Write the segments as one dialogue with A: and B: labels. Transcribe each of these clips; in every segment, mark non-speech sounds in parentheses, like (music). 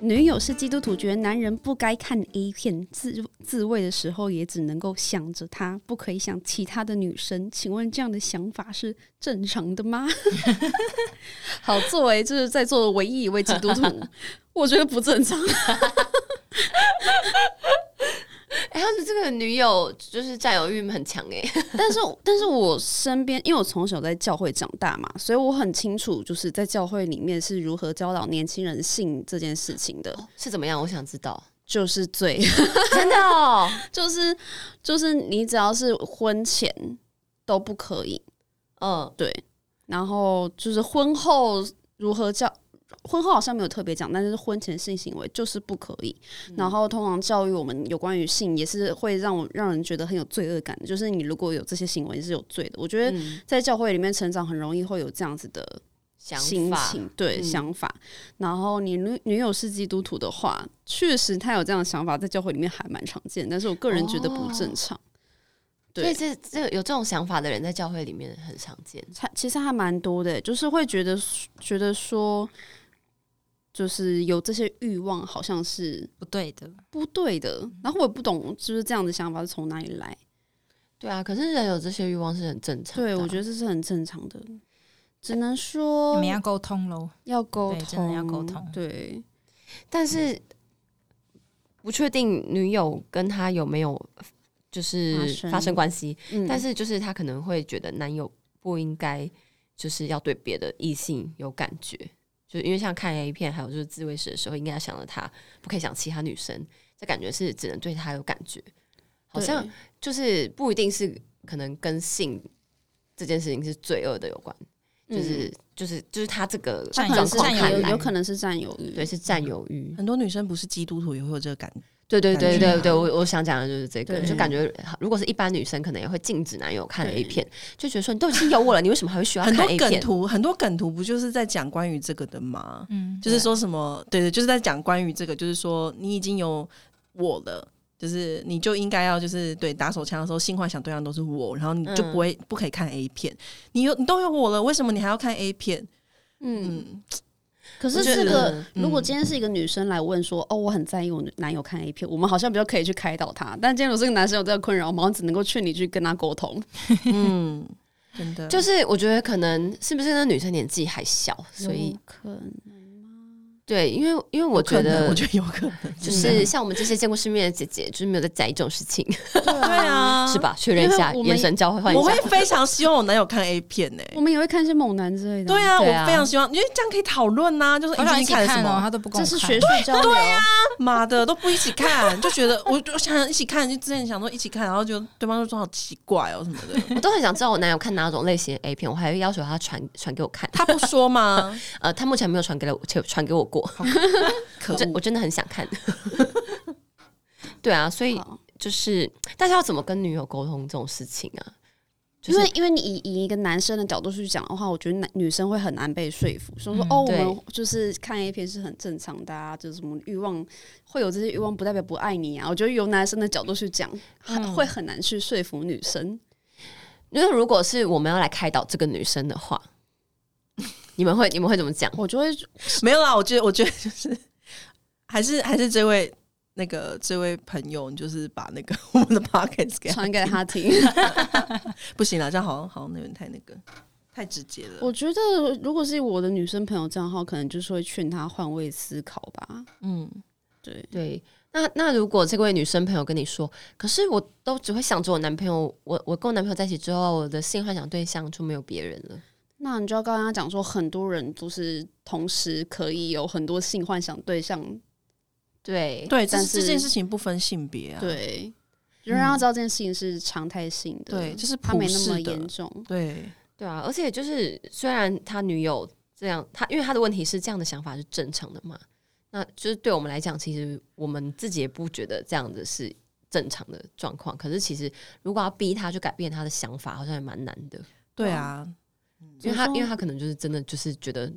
A: 女友是基督徒，觉得男人不该看 A 片，自自慰的时候也只能够想着他，不可以想其他的女生。请问这样的想法是正常的 (laughs) 吗？好，作为就是在座的唯一一位基督徒，我觉得不正常。
B: 哎、他的这个女友就是占有欲很强哎、
A: (laughs) 但是，但是我身边，因为我从小在教会长大嘛，所以我很清楚，就是在教会里面是如何教导年轻人性这件事情的，
B: (laughs) 是怎么样？我想知道，
A: 就是罪。
B: 哦 (laughs) 真的哦，
A: (laughs) 就是就是你只要是婚前都不可以，
B: (laughs) 嗯，
A: 对，然后就是婚后如何教。婚后好像没有特别讲，但是婚前性行为就是不可以。
B: 嗯
A: 然后通常教育我们有关于性，也是会让我让人觉得很有罪恶感。就是你如果有这些行为是有罪的。我觉得
B: 嗯
A: 在教会里面成长很容易会有这样子的
B: 想
A: 心
B: 法
A: 情，对、
B: 嗯
A: 想法。然后你女女友是基督徒的话，确实她有这样的想法，在教会里面还蛮常见，但是我个人觉得不正
B: 哦
A: 常。对
B: 所以这这有这种想法的人在教会里面很常见。
A: 才其实还蛮多的，就是会觉得觉得说，就是有这些欲望好像是
C: 不对的，
A: 不对的，然后我也不懂，就是这样的想法是从哪里来？
B: 对啊，可是人有这些欲望是很正常的啊、
A: 对，我觉得这是很正常的，只能说
C: 你们要沟通喽。
A: 要沟
C: 对
A: 通，
C: 真的要沟通
A: 对，
B: 但是不确定女友跟他有没有就是
A: 发生
B: 发生关系，
A: 嗯
B: 但是就是他可能会觉得男友不应该就是要对别的异性有感觉，就因为像看 A 片，还有就是自慰时的时候，应该要想着他，不可以想其他女生，这感觉是只能对他有感觉，好
A: 对
B: 像就是不一定是可能跟性这件事情是罪恶的有关，
A: 嗯
B: 就是、就是就是他这个
A: 他
C: 占
A: 可
C: 有
A: 能
B: 状
A: 是
B: 况
A: 占
C: 占
A: 有
B: 看
A: 欲，
B: 来
A: 有可能是占有欲，
B: 对是占有欲，
D: 很多女生不是基督徒也会有这个感觉，
B: 对对对
D: 感觉
B: 对
D: 嘛
B: 对，我我想讲的就是这个，
A: 对
B: 就感觉如果是一般女生，可能也会禁止男友看
A: 对
B: A 片，就觉得说你都已经有我了，你为什么还会需要
D: 很
B: 看
D: 多
B: A
D: 梗
B: 片？
D: 图，很多梗图不就是在讲关于这个的吗？
C: 嗯，
D: 就是说什么，对对，就是在讲关于这个，就是说你已经有我了。就是你就应该要就是对打手枪的时候性幻想对象都是我，然后你就
B: 嗯
D: 不会、不可以看 A 片，你有你都有我了，为什么你还要看 A 片？
A: 嗯。
D: 嗯，
A: 可是
B: 我觉
A: 这
B: 得
A: 个
B: 嗯，
A: 如果今天是一个女生来问说，哦，我很在意我男友看 A 片，我们好像比较可以去开导他。但今天如果是个男生有这个困扰，我们好像只能够劝你去跟他沟通。
D: 嗯，真的
B: 就是我觉得可能是不是那女生年纪还小，所以
A: 可能
B: 对，因为因为我
D: 我
B: 觉得
D: 我觉得有嗯嗯可能
B: 就是像我们这些见过世面的姐姐，就是没有在在意这种事情，
D: 对啊，
B: 是？吧？确认一下
A: 因为我们
B: 眼神交换一
D: 我会
B: 下，
D: 非常希望我男友看 A 片呢、欸
A: 我们也会看一些猛男之类的。
D: 对啊，
B: 嗯对啊
D: 我非常希望，因为这样可以讨论呐，就是
C: 我
D: 一
C: 想
D: 起
C: 一起
D: 什
C: 看哦，
D: 么，
C: 他都不
A: 这
C: 跟我
A: 是
C: 看
A: 学术交流。
D: 妈的都不一起看， (laughs) 就觉得我我想一起看，就之前想说一起看，然后就对方就说好奇怪哦什么的，
B: 我都很想知道我男友看哪种类型的 A 片，我还要求他传传给我看，
D: 他不说吗？
B: 呃，他目前没有传给了我，传给我过，
D: 可
B: 真
D: 恶，
B: (laughs) 我真的很想看。对啊，所以
A: 好
B: 就是大家要怎么跟女友沟通这种事情啊？就
A: 因
B: 是
A: 为因为你以以一个男生的角度去讲的话，我觉得男女生会很难被说服，说说、
C: 嗯
A: 哦，我
B: 对
A: 们就是看 A 片是很正常的啊，就是什么欲望会有这些欲望，不代表不爱你啊。我觉得由男生的角度去讲，
C: 嗯
A: 会很难去说服女生。
B: 因为如果是我们要来开导这个女生的话， (laughs) 你们会你们会怎么讲？
A: 我就会
D: (laughs) 没有啦，我觉得我觉得就是还是还是这位。那个这位朋友，你就是把那个我们的 pockets 给他
A: 传给他听。 (laughs)
D: 不行了，这样好像好像有点太那个太直接了。
A: 我觉得如果是我的女生朋友这样的话，可能就是会劝她换位思考吧。
D: 嗯，
A: 对，
B: 对，那那如果这位女生朋友跟你说，可是我都只会想着我男朋友，我我跟我男朋友在一起之后，我的性幻想对象就没有别人了。
A: 那你就要跟她讲说，很多人都是同时可以有很多性幻想对象，
B: 对，
D: 对，
A: 但
D: 但
A: 是
D: 是这件事情不分性别啊。
A: 对，就让她知道这件事情是常态性的，
D: 对这是
A: 她没
D: 普
A: 那
D: 世
A: 么
D: 的
A: 严重。
D: 对，
B: 对啊，而且就是虽然他女友这样，他因为他的问题是这样的想法是正常的嘛，那就是对我们来讲，其实我们自己也不觉得这样子是正常的状况。可是其实如果要逼他去改变他的想法，好像也蛮难的，
D: 对啊，
B: 因为他
A: 怎么说
B: 因为他可能就是真的就是觉得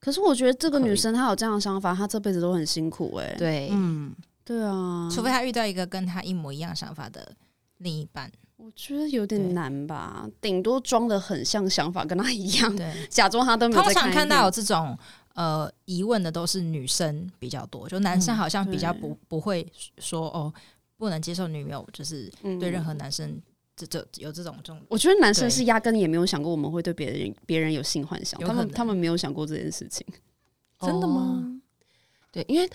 A: 可是我觉得这个
B: 可以
A: 女生她有这样的想法，她这辈子都很辛苦哎、
B: 对，
D: 嗯，
A: 对啊，
C: 除非他遇到一个跟他一模一样想法的另一半。
A: 我觉得有
C: 对
A: 点难吧，顶多装的很像想法跟他一样， (laughs)
C: 对，
A: 假装他都没有
C: 通
A: 在
C: 常看
A: 看
C: 到有这种呃疑问的都是女生比较多，就男生
D: 嗯
C: 好像比较
A: 对
C: 不不会说哦不能接受女友，就是
A: 嗯
C: 对任何男生这这有这种这种
A: 我觉得男生
C: 对
A: 是压根也没有想过我们会对别人别人有性幻想，
C: 有
A: 他
C: 可
A: 们
C: 能
A: 他们没有想过这件事情。
B: 真的
D: 哦
B: 吗？对，因为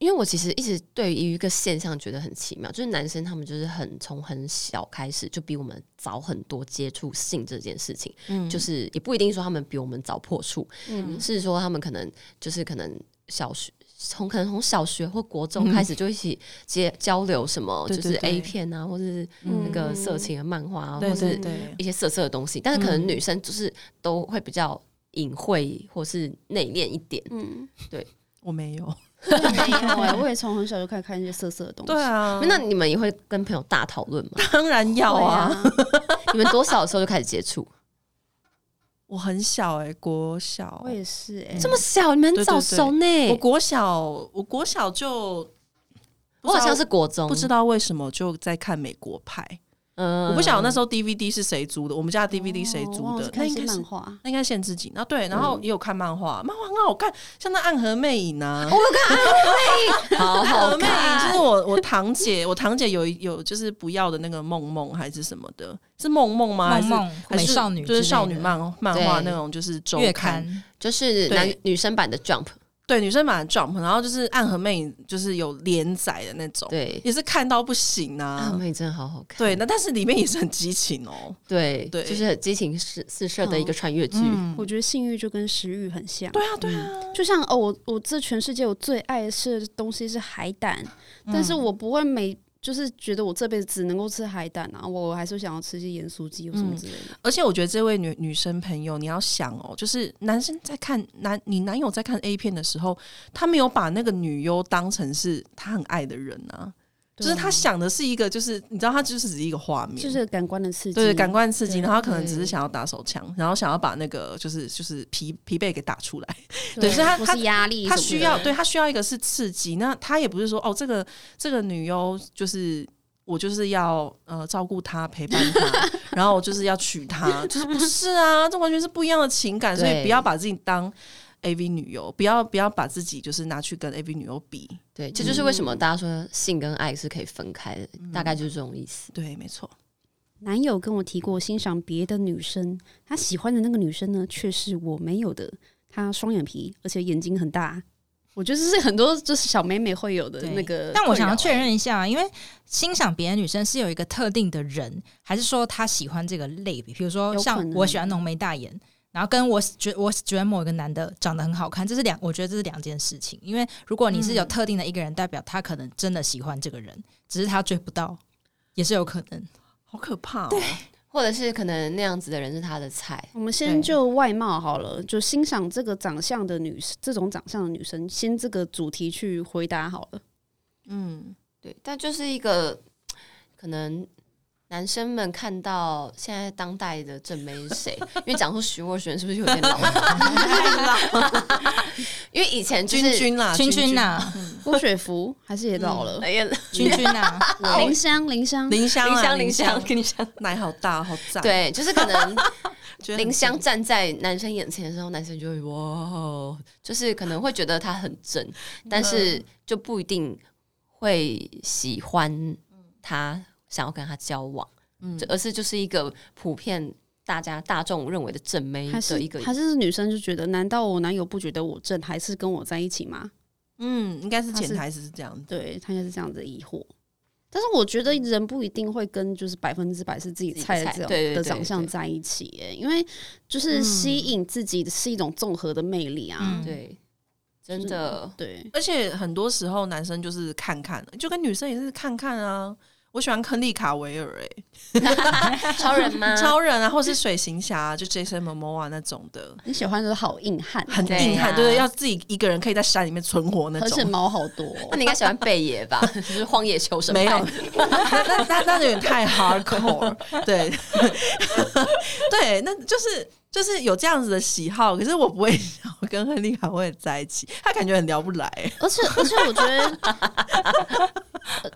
B: 因为我其实一直对于一个现象觉得很奇妙，就是男生他们就是很从很小开始就比我们早很多接触性这件事情，
C: 嗯
B: 就是也不一定说他们比我们早破处，
A: 嗯，
B: 是说他们可能就是可能小学。从可能从小学或国中开始就一起接交流什么，
D: 嗯对
B: 就是
D: 对对
B: A 片啊，或者是那个色情的漫画啊，
D: 嗯对
B: 或
D: 对
B: 是
D: 对，
B: 一些色色的东西，但是可能
C: 嗯
B: 女生就是都会比较隐晦或是内敛一点，
A: 嗯，
D: 我没有。
A: 我也没有
C: (laughs)
A: 哎、我也从很小就开始看一些色色的东西。
D: 对啊，
B: 那你们也会跟朋友大讨论吗？
D: (laughs)
B: (laughs)
D: 当然要
A: 会
D: 啊。
A: 啊，
B: 你们多小的时候就开始接触？
D: 我很小哎、国小，
A: 我也是哎、
B: 这么小，你们很早熟呢？
D: 我国小，我国小就
B: 我好像是国中，
D: 不知道为什么就在看美国派，
B: 嗯，
D: 我不晓得那时候 DVD 是谁租的，我们家的 DVD 谁
A: 哦我
D: 租
A: 忘
D: 的，
A: 了
D: 那
A: 看
D: 应
A: 是
D: 该
A: 漫
D: 是。
A: 画，
D: 那应该限制级，那对，然后
B: 嗯
D: 也有看漫画，漫画很好看，像那《暗河魅影》啊，
B: 候好
D: 《
B: (laughs)
D: 暗
B: 哦好
D: 河魅影》就
B: 看
D: 是我我堂姐， (laughs) 我堂姐有一有就是不要的那个梦梦还是什么的，是梦梦吗？还
C: 梦
D: 是
C: 梦
D: 还
C: 美
D: 是
C: 少女
D: 就是
C: 之类
D: 少女
C: 的
D: 漫漫画
B: 对
D: 那种，就是周
C: 月
D: 刊
C: 刊，
B: 就是
D: 对
B: 男女生版的 Jump，
D: 对，女生版的 Jump，然后就是《暗河魅影》，就是有连载的那种，
B: 对，
D: 也是看到不行
B: 啊，
D: 啊。
B: 妹真的好好看，
D: 对，那但是里面也是很激情哦。
B: 对
D: 对
B: 就是激情四四射的一个穿越剧，
C: 嗯
A: 我觉得性欲就跟食欲很像。
D: 对啊，对啊，
A: 就像哦，我我这全世界我最爱吃的东西是海胆，
D: 嗯
A: 但是我不会每就是觉得我这辈子只能够吃海胆啊，我我还是想要吃一些盐酥鸡或什么
D: 嗯
A: 之类的。
D: 而且我觉得这位女女生朋友，你要想哦，就是男生在看男你男友在看 A 片的时候，他没有把那个女优当成是他很爱的人啊，就
A: 对啊
D: 是他想的是一个，就是你知道，他就是只是一个画面，
A: 就是感官的刺激，啊
D: 对感官刺
A: 对
D: 激，然后他可能只是
B: 对
D: 想要打手枪，然后想要把那个就是就是疲疲惫给打出来。
A: 对，
D: 对所以他
A: 不
D: 他
A: 是压力什么
D: 他
A: 的，
D: 需要对他需要一个是刺激，那他也不是说哦，这个这个女优就是我就是要呃照顾她陪伴她，
B: (laughs)
D: 然后我就是要娶她，就是不是啊？这完全是不一样的情感，所以
B: 对
D: 不要把自己当 A V 女优，不要不要把自己就是拿去跟 A V 女优比。
B: 对，这就是为什么大家说性跟爱是可以分开的，嗯大概就是这种意思。
D: 嗯对，没错，
A: 男友跟我提过欣赏别的女生，他喜欢的那个女生呢，却是我没有的。她双眼皮，而且眼睛很大。我觉得这是很多就是小妹妹会有的
C: 对
A: 那个困扰欸。
C: 但我想要确认一下，啊因为欣赏别的女生是有一个特定的人，还是说她喜欢这个类别？比如说
A: 有可
C: 像
A: 能
C: 我喜欢浓眉大眼，然后跟我觉我觉得某一个男的长得很好看，这是两，我觉得这是两件事情。因为如果你是
A: 嗯
C: 有特定的一个人，代表他可能真的喜欢这个人，只是他追不到，也是有可能。
D: 好可怕、
B: (laughs)
D: 哦。
B: 或者是可能那样子的人是他的菜，
A: 我们
C: 对
A: 先就外貌好了，就欣赏这个长相的女，这种长相的女生，先这个主题去回答好了。
D: 嗯，
B: 对，但就是一个可能男生们看到现在当代的正妹是谁，因为讲出徐若瑄是不是有点老？因为以前就
D: (laughs) 君
B: 是
D: 君啦，
C: 啊君君呐、 (laughs)
A: 郭雪芙还是也老了，
B: 哎呀，
C: 君君呐、
A: 林香林香
D: (laughs) 林香
B: 林
D: 啊
B: 香
D: 林
B: 林香
D: 香，
B: 林香，
D: 奶好大，好赞。
B: 对，就是可能
D: (laughs) 觉得很
B: 林香
D: 赞
B: 站在男生眼前的时候，男生就会哇哦，就是可能会觉得她很正，
D: 嗯
B: 但是就不一定会喜欢她，想要跟她交往，
D: 嗯
B: 这而是就是一个普遍大家大众认为的正妹
A: 还是
B: 的一个，
A: 还是女生就觉得，难道我男友不觉得我正，还是跟我在一起吗？
D: 嗯，应该是
A: 他
D: 潜
A: 是
D: 台词是这样子。
A: 对他应该是这样子的疑惑。但是我觉得人不一定会跟就是百分之百是自己菜的这
B: 自己的菜
A: 种
B: 对对对
A: 的长相在一起、耶，因为就是
D: 嗯
A: 吸引自己是一种综合的魅力啊。
C: 嗯
B: 对，真的。
A: 对，
D: 而且很多时候男生就是看看，就跟女生也是看看啊。我喜欢亨利卡维尔、欸，
B: (laughs) (laughs) 超人吗？
D: 超人啊，或是水行侠、就 Jason Momoa 那种的，
A: 你喜欢的好硬汉，
D: 很
B: 对
D: 硬
B: 啊
D: 汉，对对，要自己一个人可以在山里面存活那
A: 而且
D: 种。
A: 毛好多哦、
B: 那你应该喜欢贝爷吧？ (laughs) 就是荒野求生
D: 没有
B: (laughs) 派，
D: 那那那那有点太 hardcore，对对，那就是就是有这样子的喜好，可是我不会想要跟亨利·卡维尔在一起，他感觉很聊不来、欸
A: 而且而且，我觉得 (laughs) 呃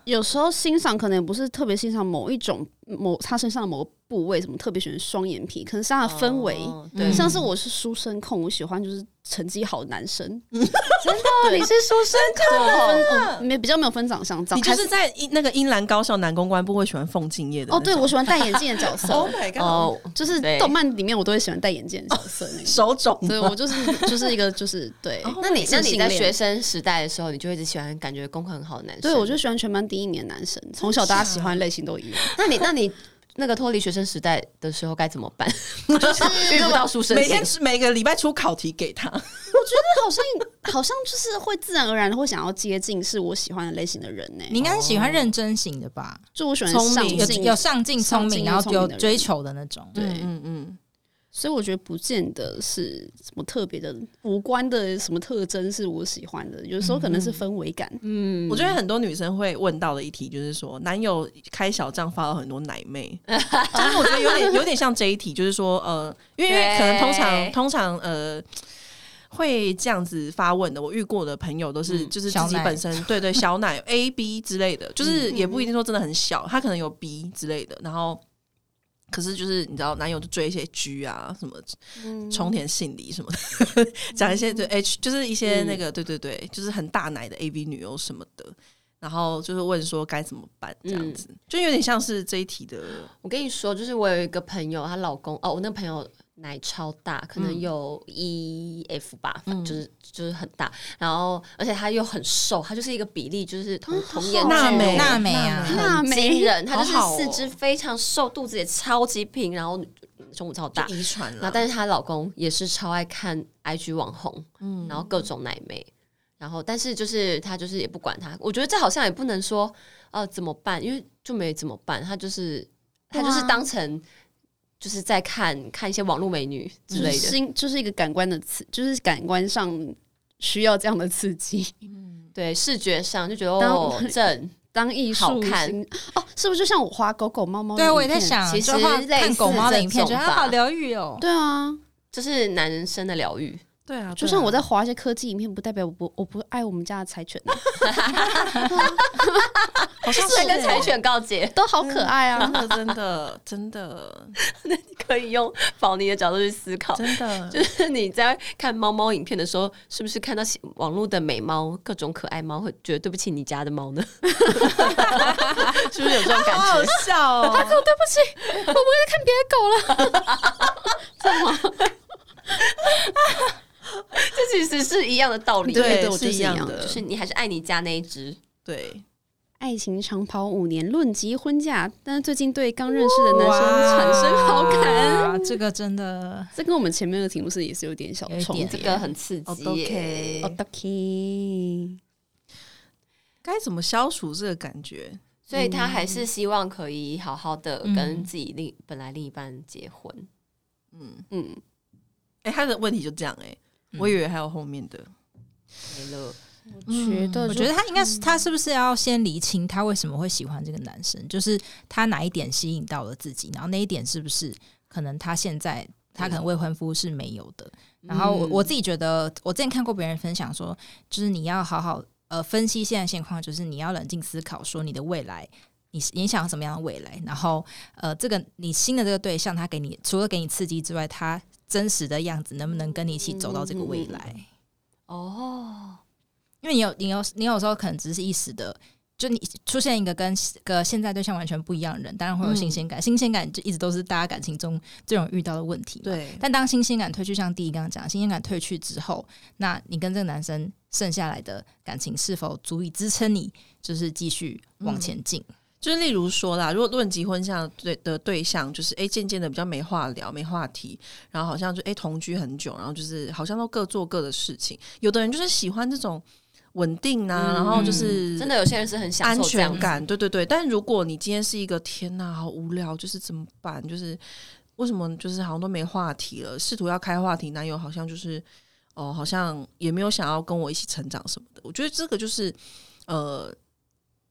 A: 有时候欣赏可能也不是特别欣赏某一种某他身上的某个部位，什么特别喜欢双眼皮，可能是他的氛围。
B: 哦
D: 嗯
B: 对，
A: 像是我是书生控，我喜欢就是成绩好的男生，
B: (laughs) 真的
A: (laughs) 对
B: 你是书生控，
A: 我没比较没有分长相，长
D: 你就
A: 还
D: 是在英那个英兰高校男公关部会喜欢凤敬业的
A: 哦，对我喜欢戴眼镜的角
D: (laughs) ，Oh
A: 色，
D: my god，、
B: 哦，
A: 就是
B: 对
A: 动漫里面我都会喜欢戴眼镜的角色那种，
D: 手肿
A: 所以
D: 吗
A: 我就是就是一个就是对，
D: 哦
B: 那你那你在
A: 同性恋
B: 学生时代的时候，你就一直喜欢感觉功课很好的男生？
A: 对我就喜欢全班第一名的男生，从小大家喜欢的类型都一样。
B: (laughs) 那你那你那个脱离学生时代的时候该怎么办？ (laughs) 就是遇不到书生
D: 每
B: 型
D: 天，吃每个礼拜出考题给他，
A: 好像好像就是会自然而然的会想要接近是我喜欢的类型的人呢、
C: 你应该是喜欢认真型的吧？
A: 就我喜欢
D: 聪
A: 上
D: 明
C: 有
A: 进，
C: 有上进、聪
A: 上进
C: 明，然
A: 又
C: 后
A: 聪
C: 有
A: 明的人
C: 追求的那种。
A: 对
D: 嗯嗯，
A: 所以我觉得不见得是什么特别的五官的什么特征是我喜欢的，有时候可能是氛围感。
B: (laughs) 嗯
D: 我觉得很多女生会问到的一题就是说，男友开小账发了很多奶妹，就是我觉得有点有点像这一题，就是说呃，因为因为可能通常
B: 对
D: 通常呃。会这样子发问的，我遇过的朋友都是、
B: 嗯
D: 就是自
C: 小
D: 己
C: 奶
D: 本身对对小奶 A B 之类的，就是也不一定说真的很小，他可能有 B 之类的，然后可是就是你知道男友就追一些 G 啊什么冲田杏里什么的， (laughs) 讲一些对 H 就是一些那个、对对对，就是很大奶的 AV 女优什么的，然后就是问说该怎么办这样子，就有点像是这一题的
B: 我跟你说，就是我有一个朋友，她老公哦，我那个朋友奶超大，可能有 E F 吧，反就是就是很大，然后而且她又很瘦，她就是一个比例哦就是同同眼
D: 好娜美
C: 娜美啊
D: 娜
A: 美
B: 很惊人，她
D: 好
B: 就是
D: 好哦
B: 四肢非常瘦，肚子也超级平，然后胸部超大
D: 就，遗传
B: 然后
D: 了。
B: 但是她老公也是超爱看 IG 网红，
A: 嗯
B: 然后各种奶妹，然后但是就是她就是也不管她，我觉得这好像也不能说呃怎么办，因为就没怎么办，她就是她就是
A: 哇
B: 当成就是在看看一些网络美女之
A: 就是
B: 类的，
A: 心就是一个感官的刺，就是感官上需要这样的刺激。
B: 对，视觉上就觉得
A: 当
B: 哦正，
A: (laughs) 当艺术
B: 好看
A: 欣哦，是不是就像我画狗狗猫猫？
C: 对，啊我也在。想，
B: 其实
C: 就画
B: 类
C: 看
B: 似
C: 狗猫的影片，
B: 这
C: 觉
B: 种
C: 得
B: 吧
C: 它好疗愈哦。
A: 对啊，
B: 这是男生的疗愈，
D: 对
A: (laughs)
D: 啊，
A: 就像我在划一些科技影片，不代表我不我不爱我们家的柴犬啊，
D: 好像
A: 啊
B: 是 (laughs) 跟柴犬告解，
A: 都好可爱啊 (laughs)
D: 真。的真的真的
B: (laughs) 可以用宝妮的角度去思考。
D: 真的，
B: 就是你在看猫猫影片的时候，是不是看到网络的美猫、各种可爱猫，会觉得对不起你家的猫呢？ (laughs) 是不是有这种感
D: 好好
B: 觉？
D: 笑哦！
A: 对不起，我不会再看别的狗了。 (laughs)
B: 这其实是一样的道理，
A: 对对我就是是
D: 一
A: 一样
D: 样
A: 的
D: 的，
B: 就是你还是爱你家那一只。
D: 对，
A: 爱情长跑五年，论及婚嫁，但是最近对刚认识的男生产生好感。
C: 哇，这个真的
A: 这跟我们前面的题目是也是有点小
C: 有一
A: 重
C: 点
A: 叠。
B: 这个很刺激耶
D: 哦 OK
A: ，OK，
D: 该怎么消除这个感觉？
B: 所以他还是希望可以好好的跟自己另本来另一半结婚。
A: 嗯，
D: 哎，他的问题就这样哎，我
B: 嗯
D: 以为还有后面的，
B: 没了，
A: 觉得嗯
C: 嗯我
A: 就
C: 觉得他应该是他是不是要先厘清他为什么会喜欢这个男生，就是他哪一点吸引到了自己，然后那一点是不是可能他现在他可能未婚夫是没有的。
A: 嗯
C: 然后我我自己觉得，我之前看过别人分享说，就是你要好好呃分析现在现况，就是你要冷静思考，说你的未来。你是你想要什么样的未来？然后，呃，这个你新的这个对象，他给你除了给你刺激之外，他真实的样子能不能跟你一起走到这个未
A: 嗯
C: 来？
B: 哦，
C: 因为你有你有你有时候可能只是一时的，就你出现一个跟个现在对象完全不一样的人，当然会有新鲜感。新鲜感就一直都是大家感情中最容易遇到的问题。。
D: 对，
C: 但当新鲜感褪去，像第一刚刚讲，新鲜感褪去之后，那你跟这个男生剩下来的感情是否足以支撑你，就是继续往前进？
D: 就是例如说啦，如果论及婚嫁的对的对象，就是哎，诶渐渐的比较没话聊、没话题，然后好像就哎同居很久，然后就是好像都各做各的事情。有的人就是喜欢这种稳定啊，
B: 嗯
D: 然后就是
B: 真的有些人是很享
D: 安
B: 受这样
D: 全
B: 子，
D: 感，对对对。但如果你今天是一个天呐，好无聊，就是怎么办？就是为什么就是好像都没话题了，试图要开话题，男友好像就是哦，好像也没有想要跟我一起成长什么的。我觉得这个就是呃，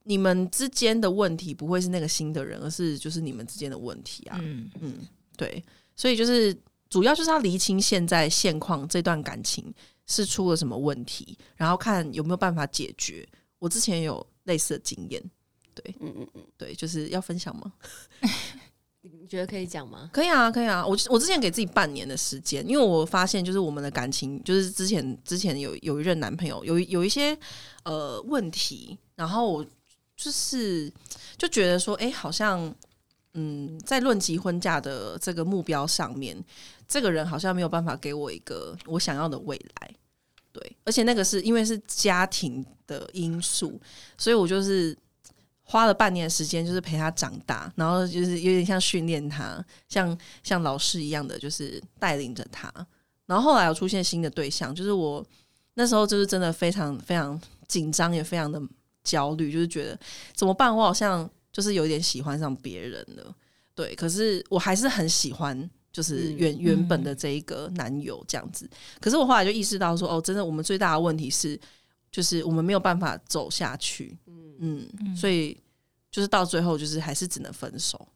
D: 你们之间的问题不会是那个新的人，而是就是你们之间的问题啊。
C: 嗯，
D: 嗯，对，所以就是主要就是要厘清现在现况，这段感情是出了什么问题，然后看有没有办法解决。我之前有类似的经验，
B: 嗯嗯嗯，
D: 对，就是要分享吗？
B: 你觉得可以讲吗？
D: 可以啊，可以啊。我我之前给自己半年的时间，因为我发现就是我们的感情，就是之前之前有有一任男朋友有有一些呃问题，然后我就是就觉得说，哎、好像嗯，在论及婚嫁的这个目标上面，这个人好像没有办法给我一个我想要的未来。对，而且那个是因为是家庭的因素，所以我就是花了半年的时间，就是陪他长大，然后就是有点像训练他，像像老师一样的，就是带领着他。然后后来有出现新的对象，就是我那时候就是真的非常非常紧张，也非常的焦虑，就是觉得怎么办？我好像就是有点喜欢上别人了，对，可是我还是很喜欢。就是原
C: 嗯
D: 原本的这一个男友这样子，可是我后来就意识到说，哦，真的，我们最大的问题是，就是我们没有办法走下去，
B: 嗯，
D: 嗯，
C: 嗯
D: 所以就是到最后就是还是只能分手。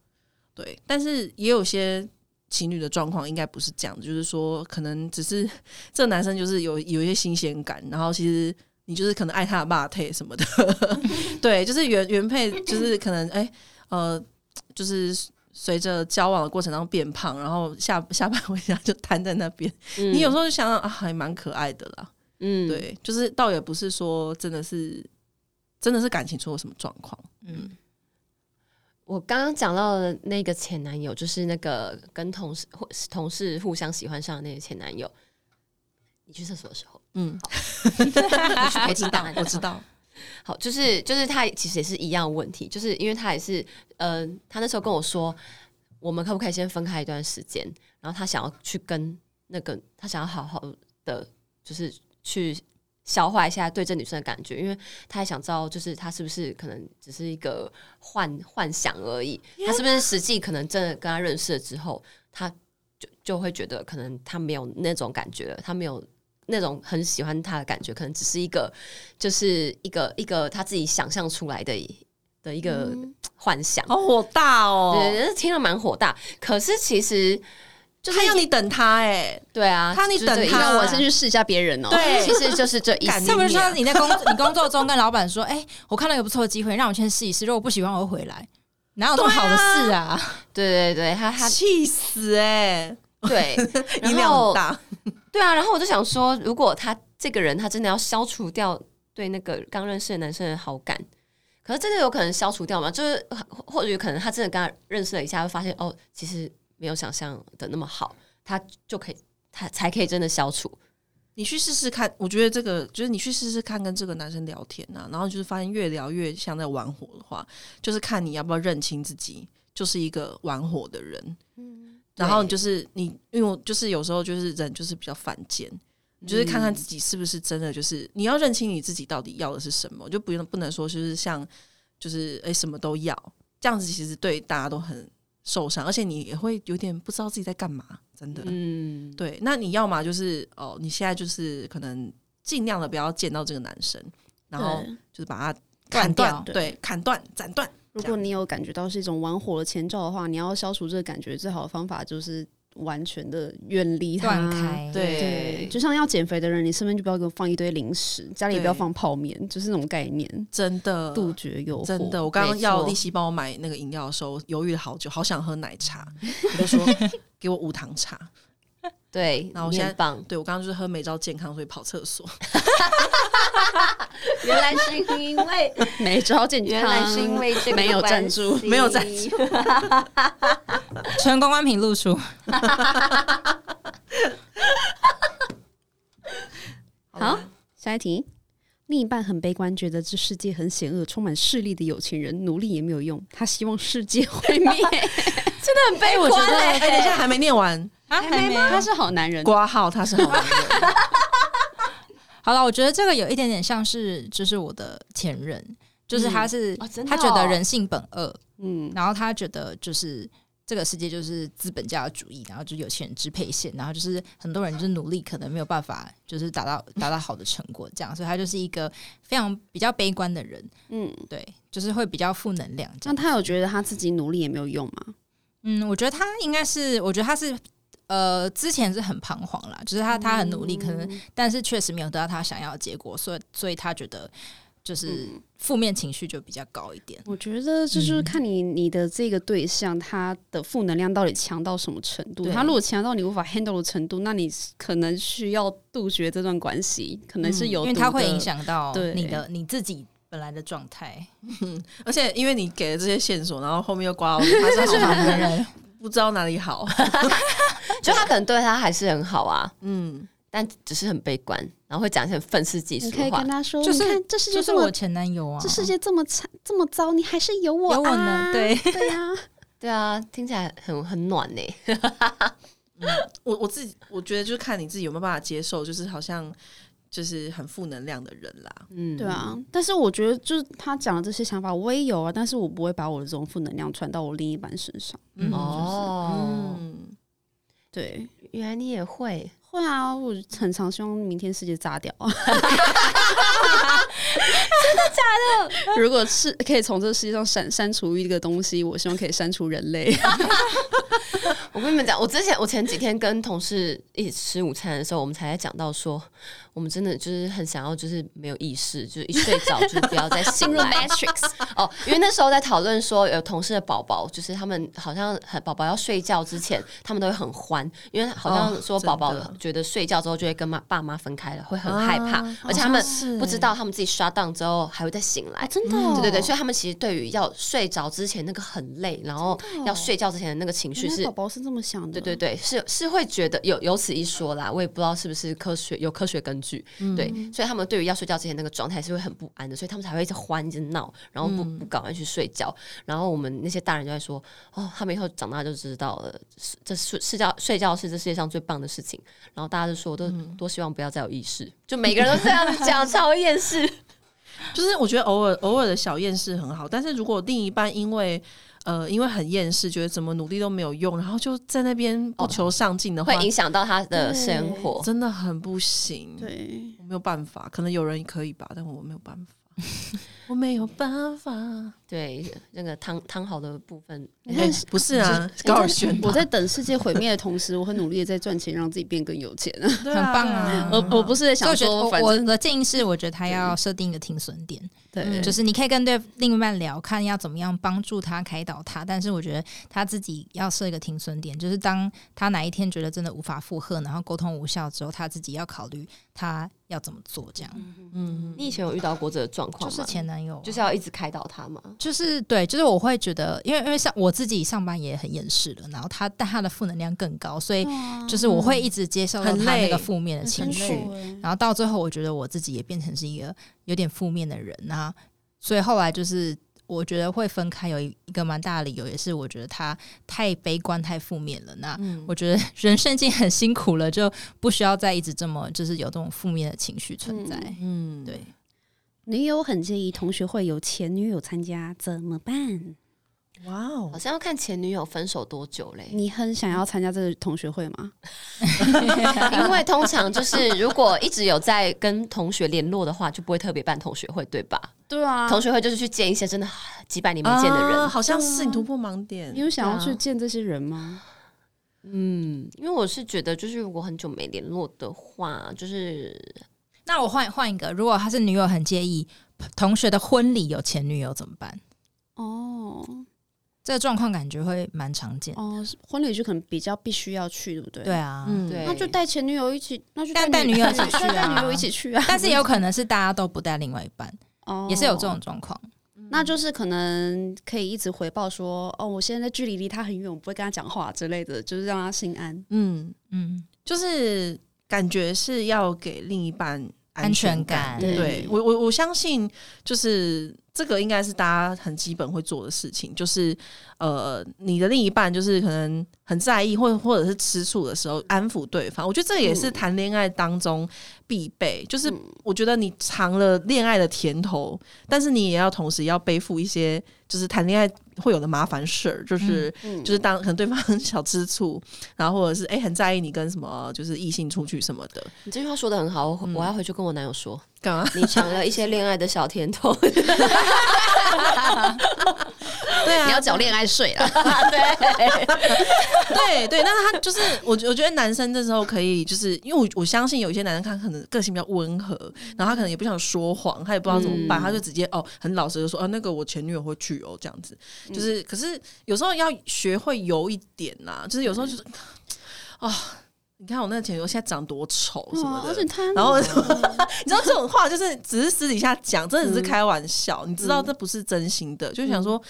D: 对，但是也有些情侣的状况应该不是这样，就是说可能只是这男生就是有有一些新鲜感，然后其实你就是可能爱他的霸配什么的，对，就是原原配就是可能哎、呃就是。随着交往的过程当中变胖，然后下下班回家就瘫在那边。
B: 嗯
D: 你有时候就想想啊，还蛮可爱的啦。
B: 嗯，
D: 对，就是倒也不是说真的是真的是感情出了什么状况，
C: 嗯
B: 我刚刚讲到的那个前男友，就是那个跟同事或同事互相喜欢上的那个前男友。你去厕所的时候，
D: (laughs) 嗯，
B: 我
D: 我知道，我知道，
B: 好，就是就是他其实也是一样的问题，就是因为他也是，呃，他那时候跟我说，我们可不可以先分开一段时间，然后他想要去跟那个他想要好好的，就是去消化一下对这女生的感觉，因为他还想知道，就是他是不是可能只是一个幻幻想而已，他是不是实际可能真的跟他认识了之后，他就就会觉得可能他没有那种感觉了，他没有。那种很喜欢他的感觉，可能只是一个就是一个一个他自己想象出来的一的一个幻想。
D: 好火大 (laughs) 哦
B: 对，听了蛮火大。可是其实就是
D: 他要你等他哎、
B: 对啊，
D: 他你
B: 就是
D: 等
B: 对
D: 他
B: 让
A: 让
B: 我
A: 我
B: 是
A: 先去试一下别人哦。
D: 对
B: 其实就是这意
D: 感
B: 思。
C: 是不是说你啊在工你工作中跟老板说，哎、我看到一个不错的机会，让我先试一试，如果不喜欢我会回来，哪有这么好的事啊？
B: 对对对，他他
D: 气死哎、
B: 对
D: 欸，
B: 然
D: 音量很
B: 后
D: 大，
B: 对啊，然后我就想说，如果他这个人他真的要消除掉对那个刚认识的男生的好感，可是真的有可能消除掉吗？就是或或许可能他真的跟他认识了一下，会发现哦，其实没有想象的那么好，他就可以他才可以真的消除。
D: 你去试试看，我觉得这个就是你去试试看跟这个男生聊天啊，然后就是发现越聊越像在玩火的话，就是看你要不要认清自己就是一个玩火的人，然后你就是你，因为我就是有时候就是人就是比较犯贱，你就是看看自己是不是真的就是你要认清你自己到底要的是什么，就不用不能说就是像就是哎、诶什么都要这样子，其实对大家都很受伤，而且你也会有点不知道自己在干嘛，真的。
B: 嗯，
D: 对，那你要嘛就是哦，你现在就是可能尽量的不要见到这个男生，然后
A: 对
D: 就是把他
C: 断
D: 砍
C: 掉
D: 断，对，砍断、斩断。
A: 如果你有感觉到是一种玩火的前兆的话，你要消除这个感觉，最好的方法就是完全的远离它。
C: 断开，
A: 对，就像要减肥的人，你身边就不要给我放一堆零食，家里也不要放泡面，就是那种概念，
D: 真的，
A: 杜绝诱惑。
D: 真的，我刚刚要
B: 没错
D: 利息帮我买那个饮料的时候，我犹豫了好久，好想喝奶茶，我就说给我无糖茶。
B: 对，
D: 那我
B: 你
D: 现
B: 很
D: 在 (laughs)
B: 棒，
D: 对我刚刚就是喝美招健康，所以跑厕所。
B: 原来是因为
A: 没招健康，
B: 原来是因为这个
A: 没有赞助
B: 关系哎
D: 没有赞
B: 助，
C: 纯公关品露出，
A: 好，下一题，另一半很悲观，觉得这世界很险恶，充满势力的有钱人努力也没有用，他希望世界毁灭。
B: 很悲
D: 我觉 (laughs) 得，哎、等一
B: 欸
D: 下还没念完， (laughs)
C: 啊，还没
A: 他是好男人，
D: 挂号他是好男人， (laughs)
C: 好了，我觉得这个有一点点像是，就是我的前任，就是他是、
B: 哦真的
C: 他
B: 哦
C: 觉得人性本恶，
A: 嗯，
C: 然后他觉得就是这个世界就是资本家的主义，然后就是有钱人支配线，然后就是很多人就是努力可能没有办法就是达到达到好的成果，这样，所以他就是一个非常比较悲观的人，
A: 嗯，
C: 对，就是会比较负能量这
A: 那
C: 样。
A: 他有觉得他自己努力也没有用吗？
C: 嗯，我觉得他应该是，我觉得他是。呃，之前是很彷徨啦，就是他他很努力，可能
A: 嗯
C: 但是确实没有得到他想要的结果，所以所以他觉得就是
B: 嗯
C: 负面情绪就比较高一点。
A: 我觉得这就是
C: 嗯
A: 看你你的这个对象他的负能量到底强到什么程度。
C: 对
A: 他如果强到你无法 handle 的程度，那你可能需要杜绝这段关系，可能是有、
C: 嗯因为它会影。响到
A: 对
C: 你的你自己本来的状
A: (laughs)
C: 态。
D: 而且因为你给了这些线索，然后后面又刮到你，他
C: 是
D: 是
C: 好
D: 好
C: 男
D: 男人，
C: 人，
D: 不知道哪里好。
B: 就他可能对他还是很好啊，
D: 嗯，
B: 但只是很悲观，然后会讲一些很愤世嫉
A: 你
B: 俗
A: 可
B: 的
A: 以
B: 话
A: 跟。他说，
C: 就是
A: 你看这世界
C: 就是
A: 这么
C: 我、前男友啊，
A: 这世界这么惨这么糟，你还是有我、啊、
C: 有我呢，对，
A: 对 (laughs) 呀、
B: 对啊，听起来很很暖欸呢、
D: 我我自己我觉得就是看你自己有没有办法接受，就是好像就是很负能量的人啦。
B: 嗯，
A: 对啊。但是我觉得，就是他讲的这些想法，我也有啊，但是我不会把我的这种负能量传到我另一半身上。
C: 嗯
B: 哦，
D: 嗯，
A: 对，
B: 原来你也会，
A: 会啊，我很常希望明天世界炸掉啊！ (laughs) 真的假 (laughs) 的？如果是可以从这个世界上删删除一个东西，我希望可以删除人类。
B: 我跟你们讲，我之前我前几天跟同事一起吃午餐的时候，我们才在讲到说，我们真的就是很想要，就是没有意识，就是一睡着就是不要再醒来。 (laughs) 哦，因为那时候在讨论说，有同事的宝宝，就是他们好像很宝宝要睡觉之前，他们都会很欢，因为好像
D: 哦
B: 说宝宝
D: 真的
B: 觉得睡觉之后就会跟妈爸妈分开了，会很害怕，
D: 啊
B: 而且他们
D: 好像是欸哦
B: 不知道他们自己刷档之后还会再醒来。
A: 啊真的、哦
B: 对对对，所以他们其实对于要睡着之前那个很累，然后
D: 哦
B: 要睡觉之前的那个情绪
A: 原来
B: 是
A: 宝宝是这么想的。
B: 对对对，是是会觉得有有此一说啦，我也不知道是不是科学有科学根据，对，所以他们对于要睡觉之前那个状态是会很不安的，所以他们才会一直欢一直闹，然后不不赶快去睡觉，然后我们那些大人就在说，哦，他们以后长大就知道了，是这睡睡觉睡觉是这世界上最棒的事情，然后大家就说，我都、多希望不要再有意识，就每个人都这样子讲，超厌世，
D: 就是我觉得偶尔偶尔的小厌世很好，但是如果另一半因为呃因为很厌世，觉得怎么努力都没有用，然后就在那边不求上进的话，
B: 会影响到他的生活。
D: 真的很不行。
A: 对，
D: 我没有办法，可能有人可以吧，但我没有办法， (laughs) 我没有办法。
B: 对，那个汤汤好的部分，
A: 你看
D: 哎不是啊，高尔宣吧
A: 我在等世界毁灭的同时，我很努力的在赚钱，让自己变更有钱啊。
D: 对
C: 很棒啊
A: (laughs) 我我不是在
C: 所以
A: 想
C: 我觉得
A: 说，
C: 我
A: 反
C: 我
A: 正
C: 的建议是，我觉得他要设定一个停损点，
A: 对，
C: 就是是你可以跟对另一半聊，看要怎么样帮助他开导他，但是我觉得他自己要设一个停损点，就是当他哪一天觉得真的无法负荷，然后沟通无效之后，他自己要考虑他要怎么做，这样
D: 嗯，
B: 你以前有遇到过这个状况
C: 就
B: 吗？
C: 是前男友啊，
B: 就是要一直开导他嘛。
C: 就是对，就是我会觉得，因为因为上我自己上班也很厌世了，然后他但他的负能量更高，所
A: 哦
C: 以
A: 嗯
C: 就是我会一直接受到
D: 很
C: 他那
D: 累
C: 个负面的情
D: 很
C: 绪，
D: 累
A: 欸
C: 然后到最后，我觉得我自己也变成是一个有点负面的人啊，所以后来就是我觉得会分开有一一个蛮大的理由，也是我觉得他太悲观、太负面了。那
D: 嗯
C: 我觉得人生已经很辛苦了，就不需要再一直这么就是有这种负面的情绪存在。
D: 嗯，
C: 对，
A: 女友很介意同学会有前女友参加，怎么办？
D: 哇哦
B: 好，像要看前女友分手多
A: (laughs)
B: 久嘞，
A: 你很想要参加这个同学会
C: (laughs)
A: 吗？
B: 因为通常就是如果一直有在跟同学联络的话，就不会特别办同学会，对吧？
A: 对啊
B: 同学会就是去见一些真的啊几百年没见的人，
D: 啊好像是你突破盲点
A: 你。有想要
B: 对啊
A: 去见这些人吗？
B: 嗯，因为我是觉得，就是如果很久没联络的话，就是
C: 那我换换一个，如果他是女友很介意同学的婚礼有前女友怎么办？
A: 哦
C: 这个状况感觉会蛮常见。
A: 哦，是婚礼就可能比较必须要去，对不对？
C: 对，啊，
D: 嗯，
B: 对
A: 那就带前女友一起，那就
C: 但带女友一起去
A: (laughs) 带带
C: 啊
A: 女友一起去啊。
C: 但是也有可能是大家都不带另外一半，
A: 哦
C: 也是有这种，状况。
A: 那就是可能可以一直回报说，哦，我现在距离离他很远，我不会跟他讲话之类的，就是让他心安。
D: 嗯，
C: 嗯，
D: 就是感觉是要给另一半全
C: 安
A: 全感
D: 对
A: 对
D: 我，我我相信，就是这个应该是大家很基本会做的事情，就是呃，你的另一半就是可能很在意，或或者是吃醋的时候安抚对方。我觉得这也是谈恋爱当中必备，就是我觉得你尝了恋爱的甜头，但是你也要同时要背负一些就是谈恋爱会有的麻烦事儿，就是。
A: 嗯，
D: 就是当可能对方很小吃醋，然后或者是哎、很在意你跟什么就是异性出去什么的，
B: 你这句话说的很好，我我要回去跟我男友说，
D: 干嘛？
B: 你尝了一些恋爱的小甜头，
D: (laughs) 对啊， (laughs)
A: 你要缴恋爱税啦。
D: 对对，那他就是我，我觉得男生这时候可以，就是因为我我相信有一些男生他可能个性比较温和，然后他可能也不想说谎，他也不知道怎么办，
B: 嗯
D: 他就直接哦很老实的说，哦、那个我前女友会去哦这样子，就是、可是有时候要学会游一点啦，就是有时候就是啊、你看我那个前女友现在长多丑什么
A: 哇，
D: 的，
A: 而且他
D: 然后
A: (laughs)
D: 你知道这种话就是只是私底下讲，真的只是开玩笑，你知
A: 嗯
D: 道这不是真心的，就想说。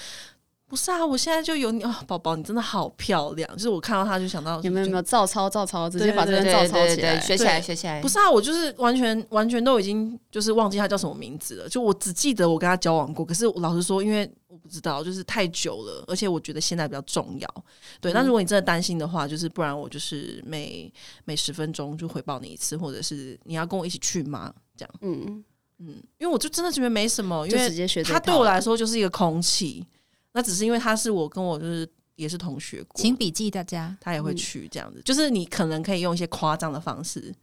D: 不是啊，我现在就有你啊，宝宝，你真的好漂亮。就是我看到她就想到
A: 有没有有没有照抄照抄，直接
D: 对
A: 把这边
B: 对
A: 照
B: 对
A: 抄
B: 对
A: 起来
B: 对，？学起来
D: 对
B: 学起来，
D: 不是啊，我就是完全完全都已经就是忘记她叫什么名字了，就我只记得我跟她交往过。可是我老实说，因为我不知道，就是太久了，而且我觉得现在比较重要。
A: 嗯
D: 对，那如果你真的担心的话，就是不然我就是每每十分钟就回报你一次，或者是你要跟我一起去吗？这样。
A: 嗯，
D: 嗯，因为我就真的觉得没什么，因
A: 就直
D: 为
A: 接学这
D: 他对
A: 套
D: 我来说就是一个空气。那只是因为他是我跟我就是也是同学过，
C: 请笔记大家。
D: 他也会去这样子，就是你可能可以用一些夸张的方式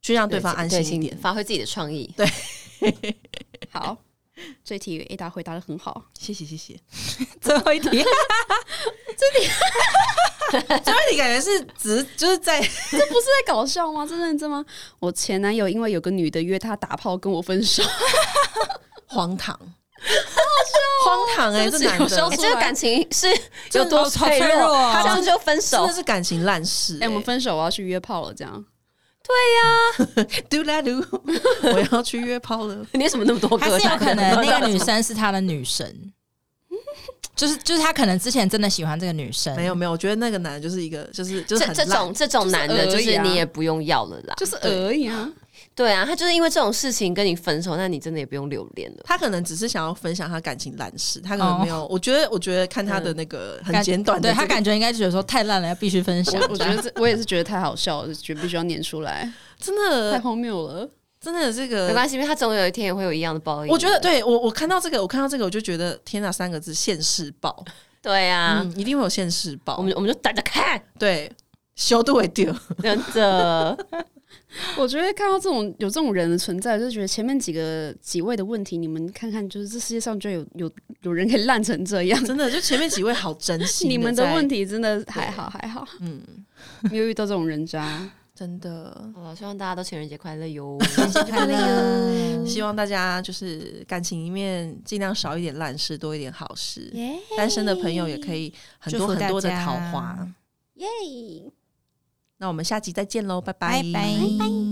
D: 去让对方安心一点。
B: 发挥自己的创意。 (laughs)
A: 好。这题 A 答回答的很好，
D: 谢谢谢谢，
C: 最后一题，
D: (laughs) 这问题感觉是只就是在
A: 不是在搞笑吗？这认真吗？我前男友因为有个女的约他打炮跟我分手，
D: 荒唐，荒唐哎、
A: (laughs)
D: 这
A: 哦是不是
D: 男
A: 有时候
D: 的
B: 哎，
A: 出
B: 这个
A: 来
B: 感情是
D: 这
B: 有多
C: 好
B: 脆
C: 脆
B: 弱，
C: 弱啊
B: 他这样就分
D: 真
B: 手
D: 哦的，是感情烂事、欸
A: 哎、我们分手，我要去约炮了，这样。
D: 嘟啦嘟，我要去约炮了。
B: 你怎么那么多
C: 还
B: 个？
C: 是有可能
B: (laughs)
C: 那个女生是他的女神， (laughs) 就是就是他可能之前真的喜欢这个女生，
D: 没有没有，我觉得那个男的就是一个就是就是
B: 这
D: 很
B: 这
D: 烂
B: 种这种男的，
A: 就是
B: 就
A: 而已
B: 是
A: 啊
B: 你也不用要了啦。
A: 就是而已啊。
B: 对啊，他就是因为这种事情跟你分手，那你真的也不用留恋了。
D: 他可能只是想要分享他感情烂事，他可能没有。我觉得，我觉得看他的那个很
C: 感
D: 简短的
C: 对
D: 这个、
C: 他感觉应该觉得说太烂了，要必须分享。
A: 我觉得这啊我也是觉得太好笑了，觉得必须要念出 (laughs) 来，
D: 真
A: 太
D: 的
A: 荒谬了。
D: 真的这
B: 没
D: 个，
B: 关系，因为他总有一天也会有一样的报应。
D: 我觉得对我我看到这个，我看到这个，我就觉得天哪，三个字现世报，
B: 对啊，
D: 嗯，一定会有现世报。
B: 我们我们就等着看，
D: 对修都会丢，
B: 真的。
A: 我觉得看到这种有这种人的存在，就觉得前面几个几位的问题，你们看看，就是这世界上就有有有人可以烂成这 (laughs) 样。
D: 真的就前面几位好真心。
A: 你们的问
D: 题，
A: 题真的还好还好，
D: 嗯，
A: 没有遇到这种人渣。
D: 真的
B: (laughs) 好了，希望大家都情人节快乐 (laughs) 哟！
C: 快乐，
D: 希望大家就是感情里面尽量少一点烂事，多一点好事。
A: 耶
D: 单身的朋友也可以很
C: 祝
D: 多
C: 福
D: 很
C: 大
D: 多的
C: 家
D: 桃花。
A: (laughs) 耶！
D: 那我们下集再见喽，拜
C: 拜拜。